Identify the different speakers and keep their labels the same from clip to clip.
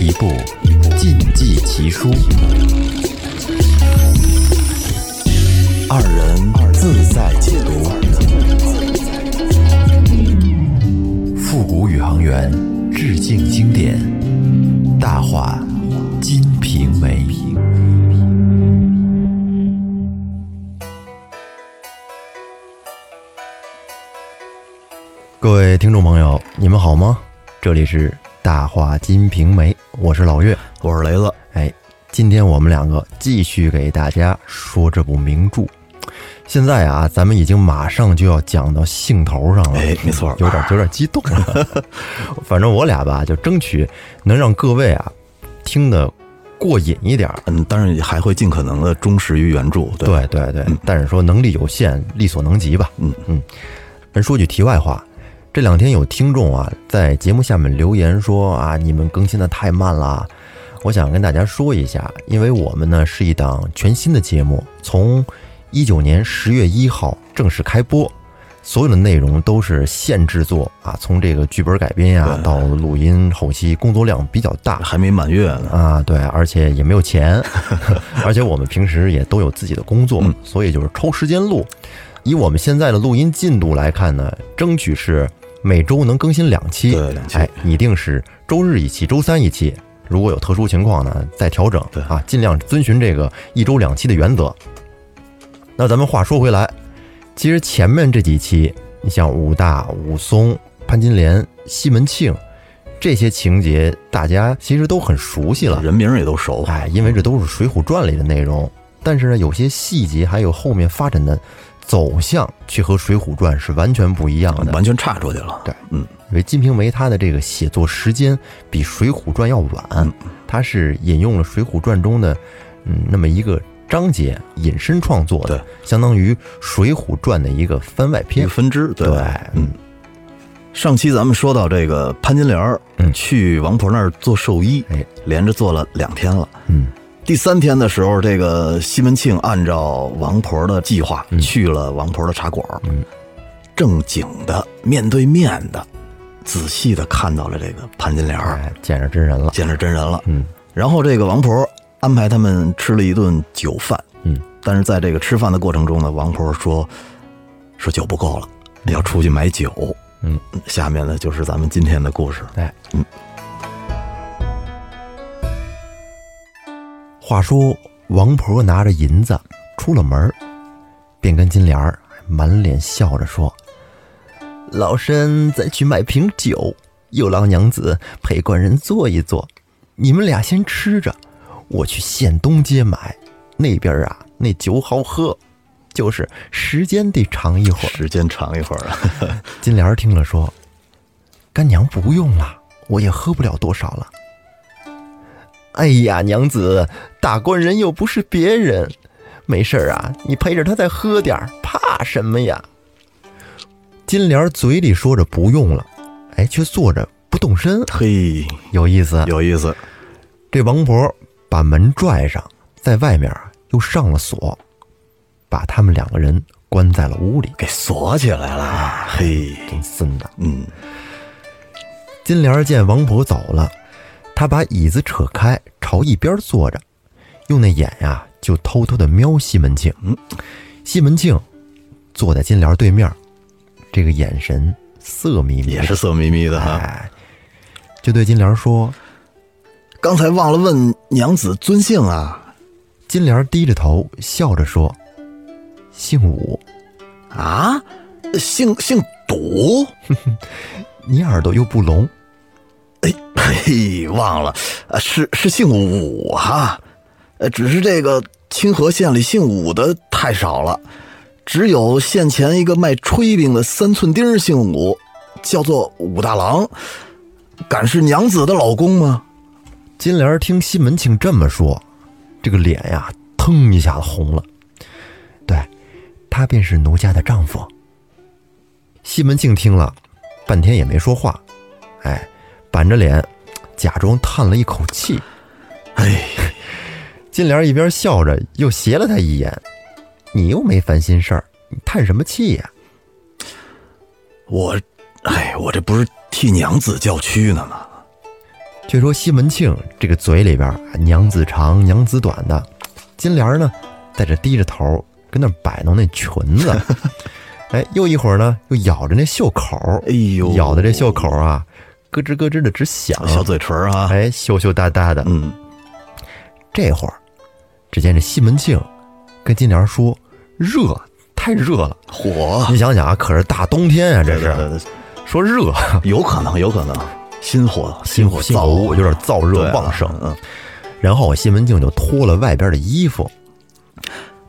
Speaker 1: 一部禁忌奇书，
Speaker 2: 二人自在解读。
Speaker 1: 复古宇航员致敬经典，大话金瓶梅。
Speaker 2: 各位听众朋友，你们好吗？这里是《大话金瓶梅》，我是老岳，我是雷子。哎，今天我们两个继续给大家说这部名著。现在啊，咱们已经马上就要讲到兴头上了，
Speaker 1: 哎没错
Speaker 2: 有点有点激动了。 反正我俩吧，就争取能让各位啊听得过瘾一点儿。
Speaker 1: 嗯，当然也还会尽可能的忠实于原著，对吧
Speaker 2: 对对对，但是说能力有限，力所能及吧。
Speaker 1: 嗯
Speaker 2: 嗯。咱说句题外话，这两天有听众啊在节目下面留言说啊，你们更新的太慢了。我想跟大家说一下，因为我们呢是一档全新的节目，从一九年十月一号正式开播，所有的内容都是现制作啊，从这个剧本改编呀、到录音后期，工作量比较大。
Speaker 1: 还没满月呢。
Speaker 2: 啊，对，而且也没有钱， 而且我们平时也都有自己的工作，所以就是抽时间录。以我们现在的录音进度来看呢，争取是每周能更新两期，
Speaker 1: 对两期
Speaker 2: 哎，一定是周日一期，周三一期。如果有特殊情况呢，再调整，
Speaker 1: 对
Speaker 2: 啊，尽量遵循这个一周两期的原则。那咱们话说回来，其实前面这几期，你像武大、武松、潘金莲、西门庆这些情节，大家其实都很熟悉了。
Speaker 1: 人名儿也都熟，
Speaker 2: 哎，因为这都是《水浒传》里的内容，但是呢，有些细节还有后面发展的走向，却和《水浒传》是完全不一样的。
Speaker 1: 嗯完全岔出去了。
Speaker 2: 对，因为《金瓶梅》它的这个写作时间比《水浒传》要
Speaker 1: 嗯
Speaker 2: 晚，它是引用了《水浒传》中的嗯那么一个章节引申创作的
Speaker 1: 对，
Speaker 2: 相当于《水浒传》的一个番外
Speaker 1: 一
Speaker 2: 篇
Speaker 1: 个。分支，对
Speaker 2: 对
Speaker 1: 吧，嗯。上期咱们说到这个潘金莲儿
Speaker 2: 嗯
Speaker 1: 去王婆那儿做寿衣，
Speaker 2: 哎，
Speaker 1: 连着做了两天了。
Speaker 2: 嗯，
Speaker 1: 第三天的时候，这个西门庆按照王婆的计划、去了王婆的茶馆，
Speaker 2: 嗯、
Speaker 1: 正经的面对面的，仔细的看到了这个潘金莲儿，
Speaker 2: 哎，见着真人了。
Speaker 1: 见着真人了。
Speaker 2: 嗯
Speaker 1: 然后这个王婆安排他们吃了一顿酒饭，
Speaker 2: 嗯，
Speaker 1: 但是在这个吃饭的过程中呢，王婆说说酒不够了，要出去买酒。
Speaker 2: 嗯，
Speaker 1: 下面呢就是咱们今天的故事。
Speaker 2: 哎，
Speaker 1: 嗯，
Speaker 2: 话说王婆拿着银子出了门儿，便跟金莲儿满脸笑着说：“老身再去买瓶酒，又郎娘子陪官人坐一坐，你们俩先吃着，我去县东街买，那边儿啊那酒好喝，就是时间得长一会儿。”
Speaker 1: 时间长一 会儿啊，
Speaker 2: 金莲儿听了说：“干娘不用了，我也喝不了多少了。”哎呀，娘子，打官人又不是别人，没事儿啊，你陪着他再喝点儿，怕什么呀？金莲儿嘴里说着不用了，哎，却坐着不动身，
Speaker 1: 嘿，
Speaker 2: 有意思。
Speaker 1: 有意思。
Speaker 2: 这王婆把门拽上，在外面啊又上了锁，把他们两个人关在了屋里，
Speaker 1: 给锁起来了啊，嘿，
Speaker 2: 真孙子。
Speaker 1: 嗯，
Speaker 2: 金莲儿见王婆走了，她把椅子扯开，朝一边坐着，用那眼呀、就偷偷的瞄西门庆。
Speaker 1: 嗯
Speaker 2: 西门庆坐在金莲儿对面，这个眼神色眯眯
Speaker 1: 也
Speaker 2: 的，
Speaker 1: 是啊色眯眯的哈。
Speaker 2: 哎，就对金莲儿说。
Speaker 1: 刚才忘了问娘子尊姓啊？
Speaker 2: 金莲儿低着头笑着说：“姓武，
Speaker 1: 啊，姓姓赌？
Speaker 2: 你耳朵又不聋，
Speaker 1: 嘿，忘了，啊是是姓武哈，呃，只是这个清河县里姓武的太少了，只有县前一个卖炊饼的三寸丁儿姓武，叫做武大郎，敢是娘子的老公吗？
Speaker 2: 金莲儿听西门庆这么说，这个脸呀，腾一下子红了。对，他便是奴家的丈夫。西门庆听了，半天也没说话，哎，板着脸，假装叹了一口气。
Speaker 1: 哎，
Speaker 2: 金莲儿一边笑着，又斜了他一眼：“你又没烦心事儿，你叹什么气呀、
Speaker 1: 我，哎，我这不是替娘子叫屈呢吗？
Speaker 2: 却说西门庆这个嘴里边啊娘子长娘子短的，金莲儿呢在这低着头跟那摆弄那裙子， 哎，又一会儿呢又咬着那袖口，
Speaker 1: 哎呦，
Speaker 2: 咬的这袖口啊咯吱咯吱的直响，
Speaker 1: 小嘴唇儿啊，
Speaker 2: 哎，羞羞答答的。
Speaker 1: 嗯，
Speaker 2: 这会儿，只见这西门庆跟金莲儿说：“热，太热了。”
Speaker 1: 火，
Speaker 2: 你想想啊，可是大冬天啊，这
Speaker 1: 对
Speaker 2: 是
Speaker 1: 对对
Speaker 2: 说热，
Speaker 1: 有可能，有可能，心火，
Speaker 2: 心
Speaker 1: 火
Speaker 2: 心
Speaker 1: 燥，啊
Speaker 2: 火有点燥热旺盛。
Speaker 1: 对啊
Speaker 2: 然后西门庆就脱了外边的衣服，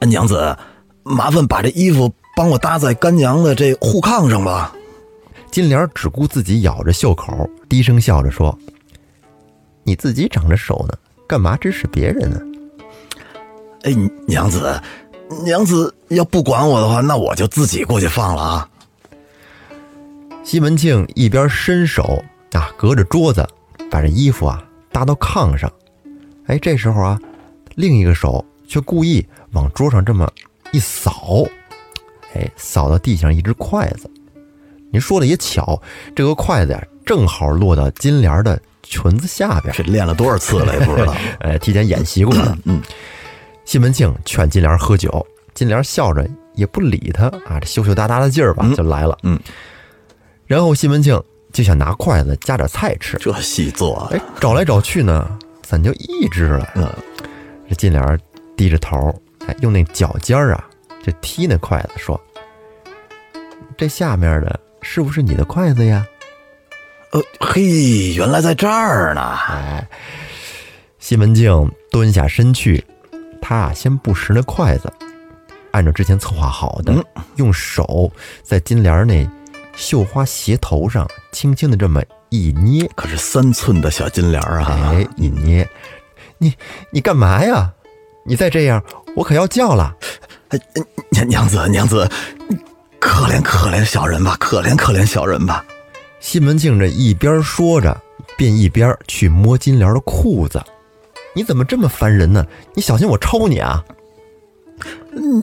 Speaker 1: 嗯，娘子，麻烦把这衣服帮我搭在干娘的这护炕上吧。
Speaker 2: 金莲儿只顾自己咬着袖口，低声笑着说：“你自己长着手呢，干嘛指使别人呢？
Speaker 1: 哎，娘子，娘子要不管我的话，那我就自己过去放了啊。
Speaker 2: 西门庆一边伸手啊，隔着桌子把这衣服啊搭到炕上。哎，这时候啊，另一个手却故意往桌上这么一扫，哎，扫到地上一只筷子。您说的也巧，这个筷子呀、正好落到金莲儿的裙子下边。
Speaker 1: 这练了多少次了也不 知道。
Speaker 2: 呃，提前演习过了。嗯，西门庆劝金莲喝酒，金莲笑着也不理他啊，这羞羞答答的劲儿吧就来了。
Speaker 1: 嗯，
Speaker 2: 然后西门庆就想拿筷子夹点菜吃，
Speaker 1: 这戏做的
Speaker 2: 哎，找来找去呢，怎就一只了？
Speaker 1: 嗯，
Speaker 2: 这金莲低着头，哎，用那脚尖儿啊，就踢那筷子，说：“这下面的是不是你的筷子呀
Speaker 1: 呃，嘿，原来在这儿呢。？”
Speaker 2: 西门庆蹲下身去，他啊先不拾那筷子，按照之前策划好的，
Speaker 1: 嗯
Speaker 2: 用手在金莲那绣花鞋头上轻轻的这么一捏，
Speaker 1: 可是三寸的小金莲儿啊，
Speaker 2: 哎，一捏，你你干嘛呀？你再这样，我可要叫了。
Speaker 1: 娘娘子，娘子，可怜可怜小人吧，可怜可怜小人吧。
Speaker 2: 西门庆这一边说着，便一边去摸金莲的裤子。你怎么这么烦人呢？你小心我抽你啊！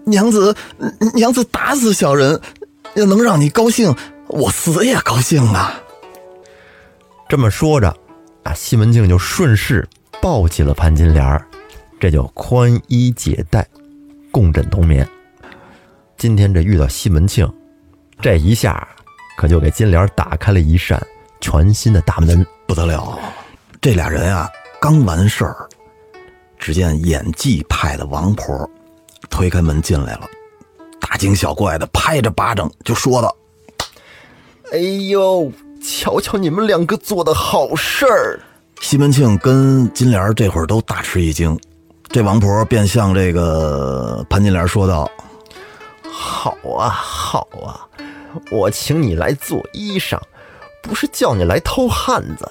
Speaker 1: 娘子，娘子打死小人，要能让你高兴，我死也高兴啊！
Speaker 2: 这么说着，啊，西门庆就顺势抱起了潘金莲儿，这就宽衣解带，共枕同眠。今天这遇到西门庆，这一下可就给金莲儿打开了一扇全新的大门。
Speaker 1: 不得了，这俩人啊，刚完事儿，只见演技派的王婆推开门进来了，大惊小怪的拍着巴掌就说道
Speaker 2: 哎呦，瞧瞧你们两个做的好事儿！：“
Speaker 1: 西门庆跟金莲儿这会儿都大吃一惊。”这王婆便向这个潘金莲说道
Speaker 2: 好啊，好啊，我请你来做衣裳，不是叫你来偷汉子。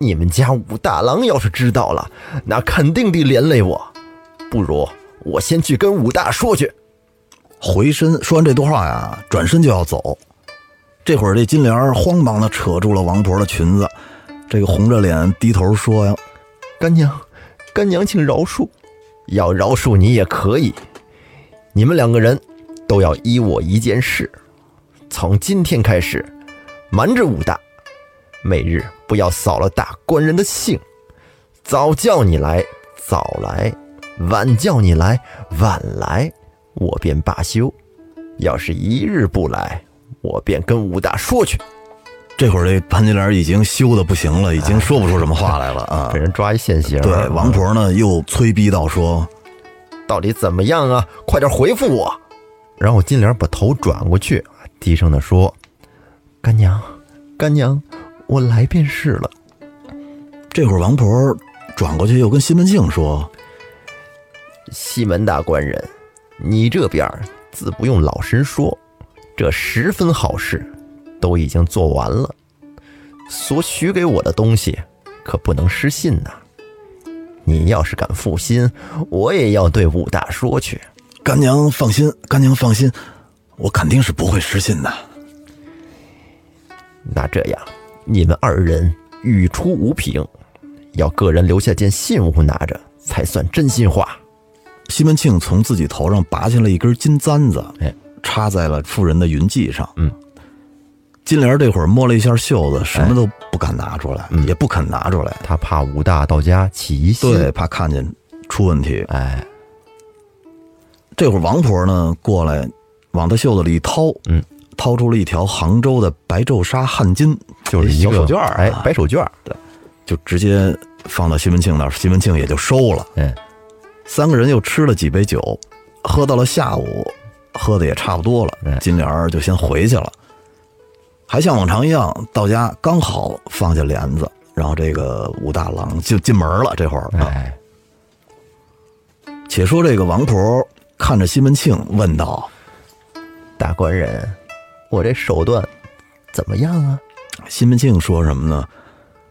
Speaker 2: 你们家武大郎要是知道了，那肯定得连累我。不如我先去跟武大说去。：“
Speaker 1: 回身。”说完这段话呀，转身就要走。这会儿这金莲儿慌忙的扯住了王婆的裙子，这个红着脸低头说呀：“
Speaker 2: 干娘，干娘，请饶恕。要饶恕你也可以，你们两个人都要依我一件事：从今天开始，瞒着武大，每日不要扫了大官人的兴。早叫你来早来，晚叫你来晚来，我便罢休；要是一日不来，我便跟武大说去。
Speaker 1: 这会儿这潘金莲已经羞的不行了，已经说不出什么话来了 啊
Speaker 2: 被。人抓一现行。
Speaker 1: 对，王婆呢又催逼到说
Speaker 2: 到底怎么样啊？快点回复我！然后金莲把头转过去，低声的说：“干娘，干娘，我来便是了。：“
Speaker 1: 这会儿王婆转过去又跟西门庆说
Speaker 2: 西门大官人，你这边儿自不用老神说，这十分好事都已经做完了，所许给我的东西可不能失信呐、你要是敢负心，我也要对武大说去。：‘
Speaker 1: 干娘放心，干娘放心，我肯定是不会失信的。
Speaker 2: 那这样，你们二人语出无凭，要个人留下件信物拿着，才算真心话。’
Speaker 1: 西门庆从自己头上拔下了一根金簪子
Speaker 2: 哎，
Speaker 1: 插在了妇人的云髻上。
Speaker 2: 嗯，
Speaker 1: 金莲这会儿摸了一下袖子，什么都不敢拿出来，也不肯拿出来，
Speaker 2: 他怕武大到家起疑心。
Speaker 1: 对，，怕看见出问题。
Speaker 2: 哎，
Speaker 1: 这会儿王婆呢过来，往他袖子里一掏，
Speaker 2: 嗯，
Speaker 1: 掏出了一条杭州的白皱纱汗巾，
Speaker 2: 就是一
Speaker 1: 小
Speaker 2: 个
Speaker 1: 手绢儿啊
Speaker 2: 哎，白手绢儿，
Speaker 1: 就直接放到西门庆那儿，西门庆也就收了。
Speaker 2: 哎，
Speaker 1: 三个人又吃了几杯酒，喝到了下午，喝的也差不多了
Speaker 2: 哎，
Speaker 1: 金莲儿就先回去了。还像往常一样，到家刚好放下帘子，然后这个武大郎就进门了。这会儿啊，
Speaker 2: 哎，
Speaker 1: 且说这个王婆看着西门庆问道
Speaker 2: 大官人，我这手段怎么样啊？：“
Speaker 1: 西门庆说什么呢？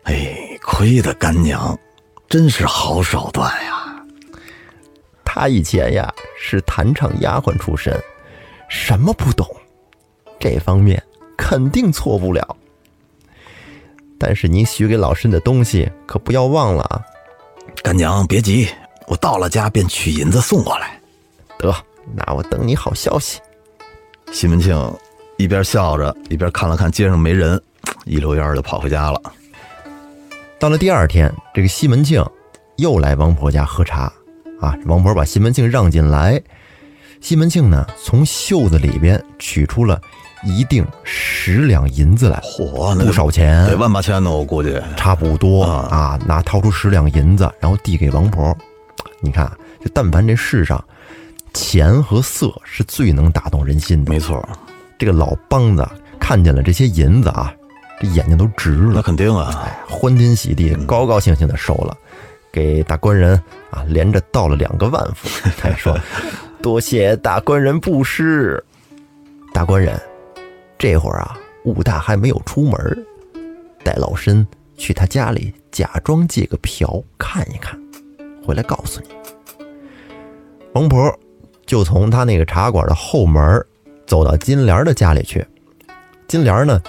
Speaker 1: 哎，亏得干娘，真是好手段呀！
Speaker 2: 他以前呀是弹唱丫鬟出身，什么不懂，这方面肯定错不了。但是您许给老身的东西可不要忘了啊！
Speaker 1: 干娘别急，我到了家便取银子送过来。”
Speaker 2: 得，那我等你好消息。
Speaker 1: 西门庆一边笑着，一边看了看街上没人，一溜烟儿就跑回家了。
Speaker 2: 到了第二天，这个西门庆又来王婆家喝茶啊，王婆把西门庆让进来，西门庆呢从袖子里边取出了一锭十两银子来，
Speaker 1: 嚯，那
Speaker 2: 不少钱，
Speaker 1: 得万八千呢，我估计。
Speaker 2: 差不多
Speaker 1: 啊
Speaker 2: 啊，拿掏出十两银子，然后递给王婆。你看，啊，这但凡这世上，钱和色是最能打动人心的。
Speaker 1: 没错，
Speaker 2: 这个老梆子看见了这些银子啊，这眼睛都直
Speaker 1: 那
Speaker 2: 了，
Speaker 1: 肯定啊，
Speaker 2: 欢天喜地，高高兴兴的收了，给大官人啊连着道了两个万福，还说多谢大官人布施。大官人，这会儿啊，武大还没有出门儿，带老身去他家里假装借个瓢看一看，回来告诉你。王婆就从他那个茶馆的后门儿走到金莲儿的家里去。金莲儿呢，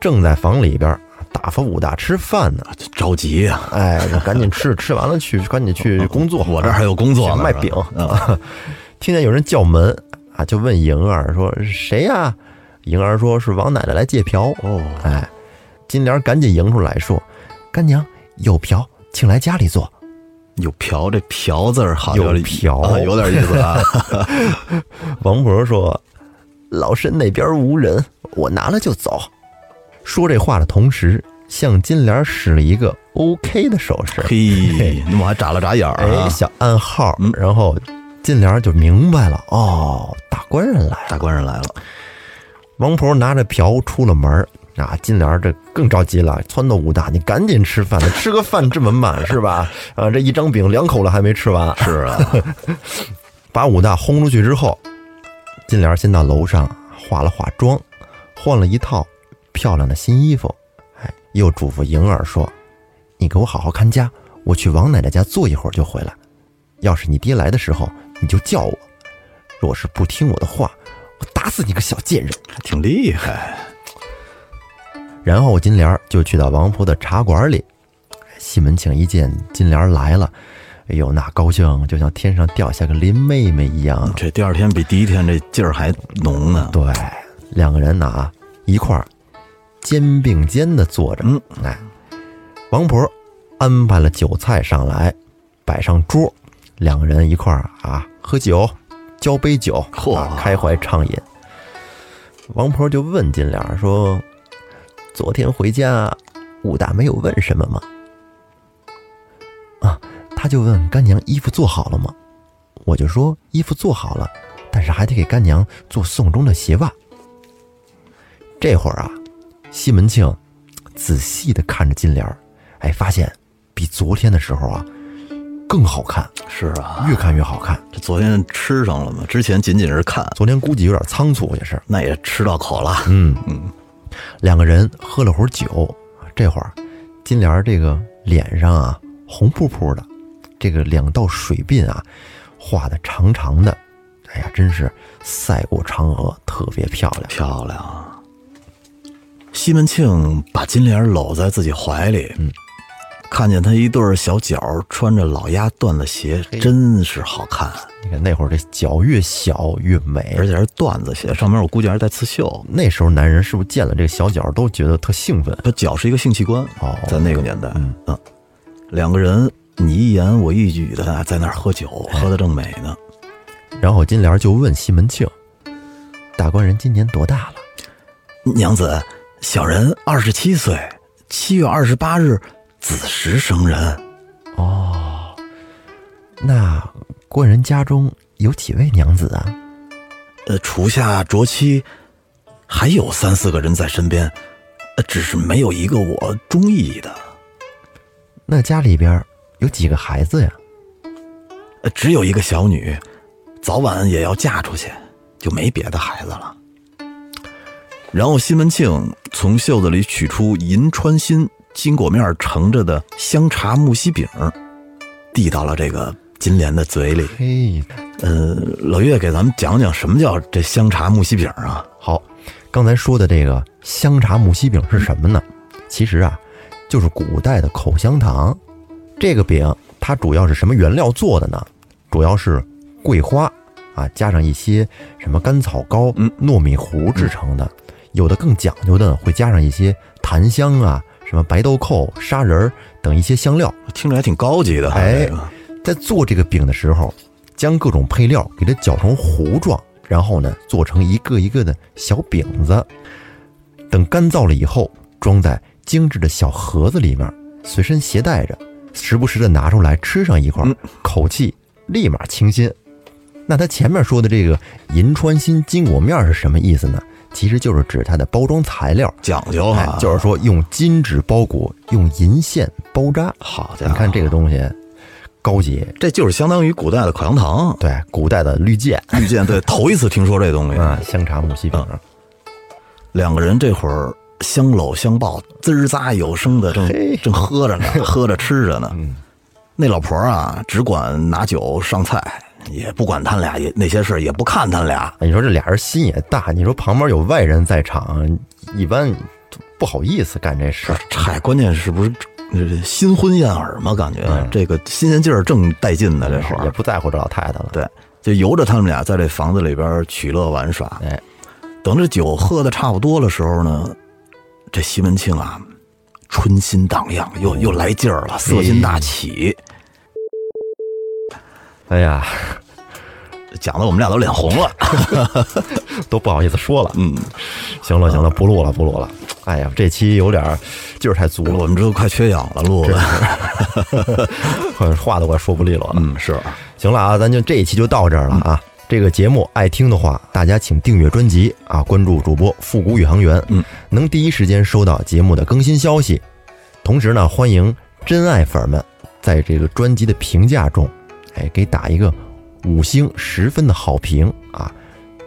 Speaker 2: 正在房里边儿打发武大吃饭呢。
Speaker 1: 着急 呀、
Speaker 2: 哎，赶紧吃，吃完了去，赶紧去工作。
Speaker 1: 我这儿还有工作呢，
Speaker 2: 卖
Speaker 1: 是吧
Speaker 2: 饼。 听见有人叫门啊，就问莹儿说：“谁呀、莹儿说：“是王奶奶来借瓢。”
Speaker 1: 哦，
Speaker 2: 哎，金莲赶紧迎出来说：“干娘有瓢，请来家里坐。
Speaker 1: 有瓢，这瓢字儿好
Speaker 2: 有
Speaker 1: 点
Speaker 2: 瓢
Speaker 1: 啊有点意思 啊。”
Speaker 2: 王婆说：“老身那边无人，我拿了就走。”说这话的同时，向金莲使了一个 OK 的手势，
Speaker 1: 嘿，那我还眨了眨眼儿
Speaker 2: 哎，
Speaker 1: 啊。
Speaker 2: 小暗号
Speaker 1: 嗯。
Speaker 2: 然后金莲就明白了，哦，大官人来了。
Speaker 1: 大官人来了，
Speaker 2: 王婆拿着瓢出了门儿啊，金莲儿这更着急了，撺掇武大，你赶紧吃饭，吃个饭这么慢是吧？啊，这一张饼两口了还没吃完，
Speaker 1: 是啊，
Speaker 2: 把武大轰出去之后，金莲儿先到楼上化了化妆，换了一套漂亮的新衣服，哎，又嘱咐莹儿说：“你给我好好看家，我去王奶奶家坐一会儿就回来。要是你爹来的时候，你就叫我；若是不听我的话，我打死你个小贱人。”
Speaker 1: 挺厉害。啊
Speaker 2: 然后金莲儿就去到王婆的茶馆里。西门庆一见金莲儿来了，哎呦，那高兴就像天上掉下个林妹妹一样。
Speaker 1: 嗯这第二天比第一天这劲儿还浓啊呢。
Speaker 2: 对，两个人呐、一块儿肩并肩的坐着。
Speaker 1: 嗯，
Speaker 2: 哎，王婆安排了酒菜上来，摆上桌，两个人一块儿啊喝酒，交杯酒，
Speaker 1: 嚯
Speaker 2: 啊开怀畅饮。王婆就问金莲儿说：“昨天回家，武大没有问什么吗？”啊，他就问干娘衣服做好了吗？我就说衣服做好了，但是还得给干娘做送终的鞋袜。这会儿啊，西门庆仔细的看着金莲儿，哎，发现比昨天的时候啊更好看，
Speaker 1: 是啊，
Speaker 2: 越看越好看。
Speaker 1: 这昨天吃上了吗？之前仅仅是看，
Speaker 2: 昨天估计有点仓促也是，
Speaker 1: 那也吃到口了。
Speaker 2: 嗯嗯。两个人喝了会儿酒，啊这会儿金莲儿这个脸上啊红扑扑的，这个两道水鬓啊画的长长的，哎呀，真是赛过嫦娥，特别漂亮。
Speaker 1: 漂亮啊。西门庆把金莲搂在自己怀里，看见他一对儿小脚穿着老鸭缎子鞋，真是好看，
Speaker 2: 你看那会儿这脚越小越美
Speaker 1: 而，且是缎子鞋，上面我估计还是带刺绣。
Speaker 2: 那时候男人是不是见了这个小脚都觉得特兴奋？
Speaker 1: 他脚是一个性器官，
Speaker 2: 哦，
Speaker 1: 在那个年代，
Speaker 2: 嗯
Speaker 1: 嗯，两个人你一言我一语的在那儿喝酒，
Speaker 2: 哎
Speaker 1: 喝的正美呢。
Speaker 2: 然后金莲就问西门庆：“大官人今年多大了
Speaker 1: 娘子，小人二十七岁，七月二十八日子时生人。？”
Speaker 2: 哦，那官人家中有几位娘子啊？
Speaker 1: 呃，除下卓妻，还有三四个人在身边，呃，只是没有一个我中意的，
Speaker 2: 那家里边有几个孩子呀？
Speaker 1: 呃，只有一个小女，早晚也要嫁出去，就没别的孩子了。然后西门庆从袖子里取出银川心金果面盛着的香茶木樨饼，递到了这个金莲的嘴里。
Speaker 2: 嘿，
Speaker 1: 呃，老岳给咱们讲讲什么叫这香茶木樨饼啊？
Speaker 2: 好，刚才说的这个香茶木樨饼是什么呢？其实啊，就是古代的口香糖。这个饼它主要是什么原料做的呢？主要是桂花啊，加上一些什么甘草膏、
Speaker 1: 嗯
Speaker 2: 糯米糊制成的。有的更讲究的会加上一些檀香啊、什么白豆蔻、砂仁儿等一些香料。
Speaker 1: 听着还挺高级的哈、
Speaker 2: 哎
Speaker 1: 这个
Speaker 2: 在做这个饼的时候，将各种配料给它搅成糊状，然后呢，做成一个一个的小饼子。等干燥了以后，装在精致的小盒子里面，随身携带着，时不时的拿出来吃上一块，
Speaker 1: 嗯
Speaker 2: 口气立马清新。那他前面说的这个银川新筋果面是什么意思呢？其实就是指它的包装材料，
Speaker 1: 讲究
Speaker 2: 哎
Speaker 1: 啊，，
Speaker 2: 就是说用金纸包裹，用银线包扎。
Speaker 1: 好家
Speaker 2: 你
Speaker 1: 伙，
Speaker 2: 看这个东西高级，
Speaker 1: 这就是相当于古代的口香 糖。
Speaker 2: 对，古代的绿箭
Speaker 1: 遇见对，头一次听说这东西。
Speaker 2: 啊，香茶木樨饼，
Speaker 1: 嗯两个人这会儿相搂相抱，滋儿咂有声的，正
Speaker 2: 嘿
Speaker 1: 正喝着呢，喝着吃着呢。那老婆啊，只管拿酒上菜，也不管他俩也那些事儿，也不看他俩。
Speaker 2: 啊你说这俩人心也大，你说旁边有外人在场，一般不好意思干这事儿。
Speaker 1: 嗨，关键是不是呃新婚燕尔嘛？感觉、这个新鲜劲儿正带劲呢，这会
Speaker 2: 也
Speaker 1: 儿。
Speaker 2: 不在乎这老太太了。
Speaker 1: 对，就由着他们俩在这房子里边取乐玩耍。
Speaker 2: 哎，
Speaker 1: 等这酒喝的差不多的时候呢，这西门庆啊，春心荡漾，又又来劲儿了，色心大起，
Speaker 2: 哎呀，
Speaker 1: 讲的我们俩都脸红了。
Speaker 2: 都不好意思说了。
Speaker 1: 嗯，
Speaker 2: 行了，行了，不录了，不录了。哎呀，这期有点儿劲儿太足了，
Speaker 1: 我们这都快缺氧了，录的。
Speaker 2: 话都快说不利落了。
Speaker 1: 嗯，是，
Speaker 2: 行了啊，咱就这一期就到这儿了啊。这个节目爱听的话，大家请订阅专辑啊，关注主播复古宇航员，
Speaker 1: 嗯，
Speaker 2: 能第一时间收到节目的更新消息。同时呢，欢迎真爱粉们在这个专辑的评价中，哎，给打一个五星十分的好评啊。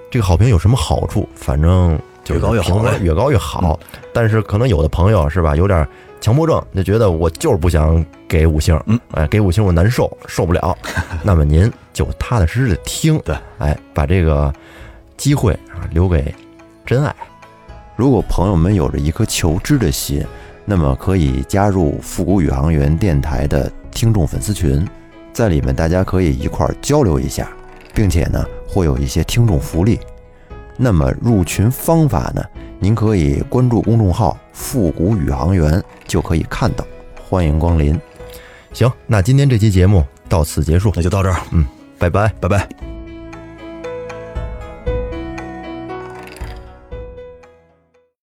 Speaker 2: 这个好评有什么好处？反正就是
Speaker 1: 越高越好嗯
Speaker 2: 评分
Speaker 1: 呗
Speaker 2: 越高越好。但是可能有的朋友是吧，有点强迫症，就觉得我就是不想给五星，
Speaker 1: 嗯，
Speaker 2: 哎，给五星我难受，受不 了。那么您就踏踏实实的听，
Speaker 1: 对，
Speaker 2: 哎，把这个机会啊留给真爱。如果朋友们有着一颗求知的心，那么可以加入复古宇航员电台的听众粉丝群，在里面大家可以一块儿交流一下，并且呢会有一些听众福利。那么入群方法呢？您可以关注公众号“复古宇航员”就可以看到，欢迎光临。行，那今天这期节目到此结束，
Speaker 1: 那就到这儿，
Speaker 2: 拜拜。
Speaker 1: 拜拜。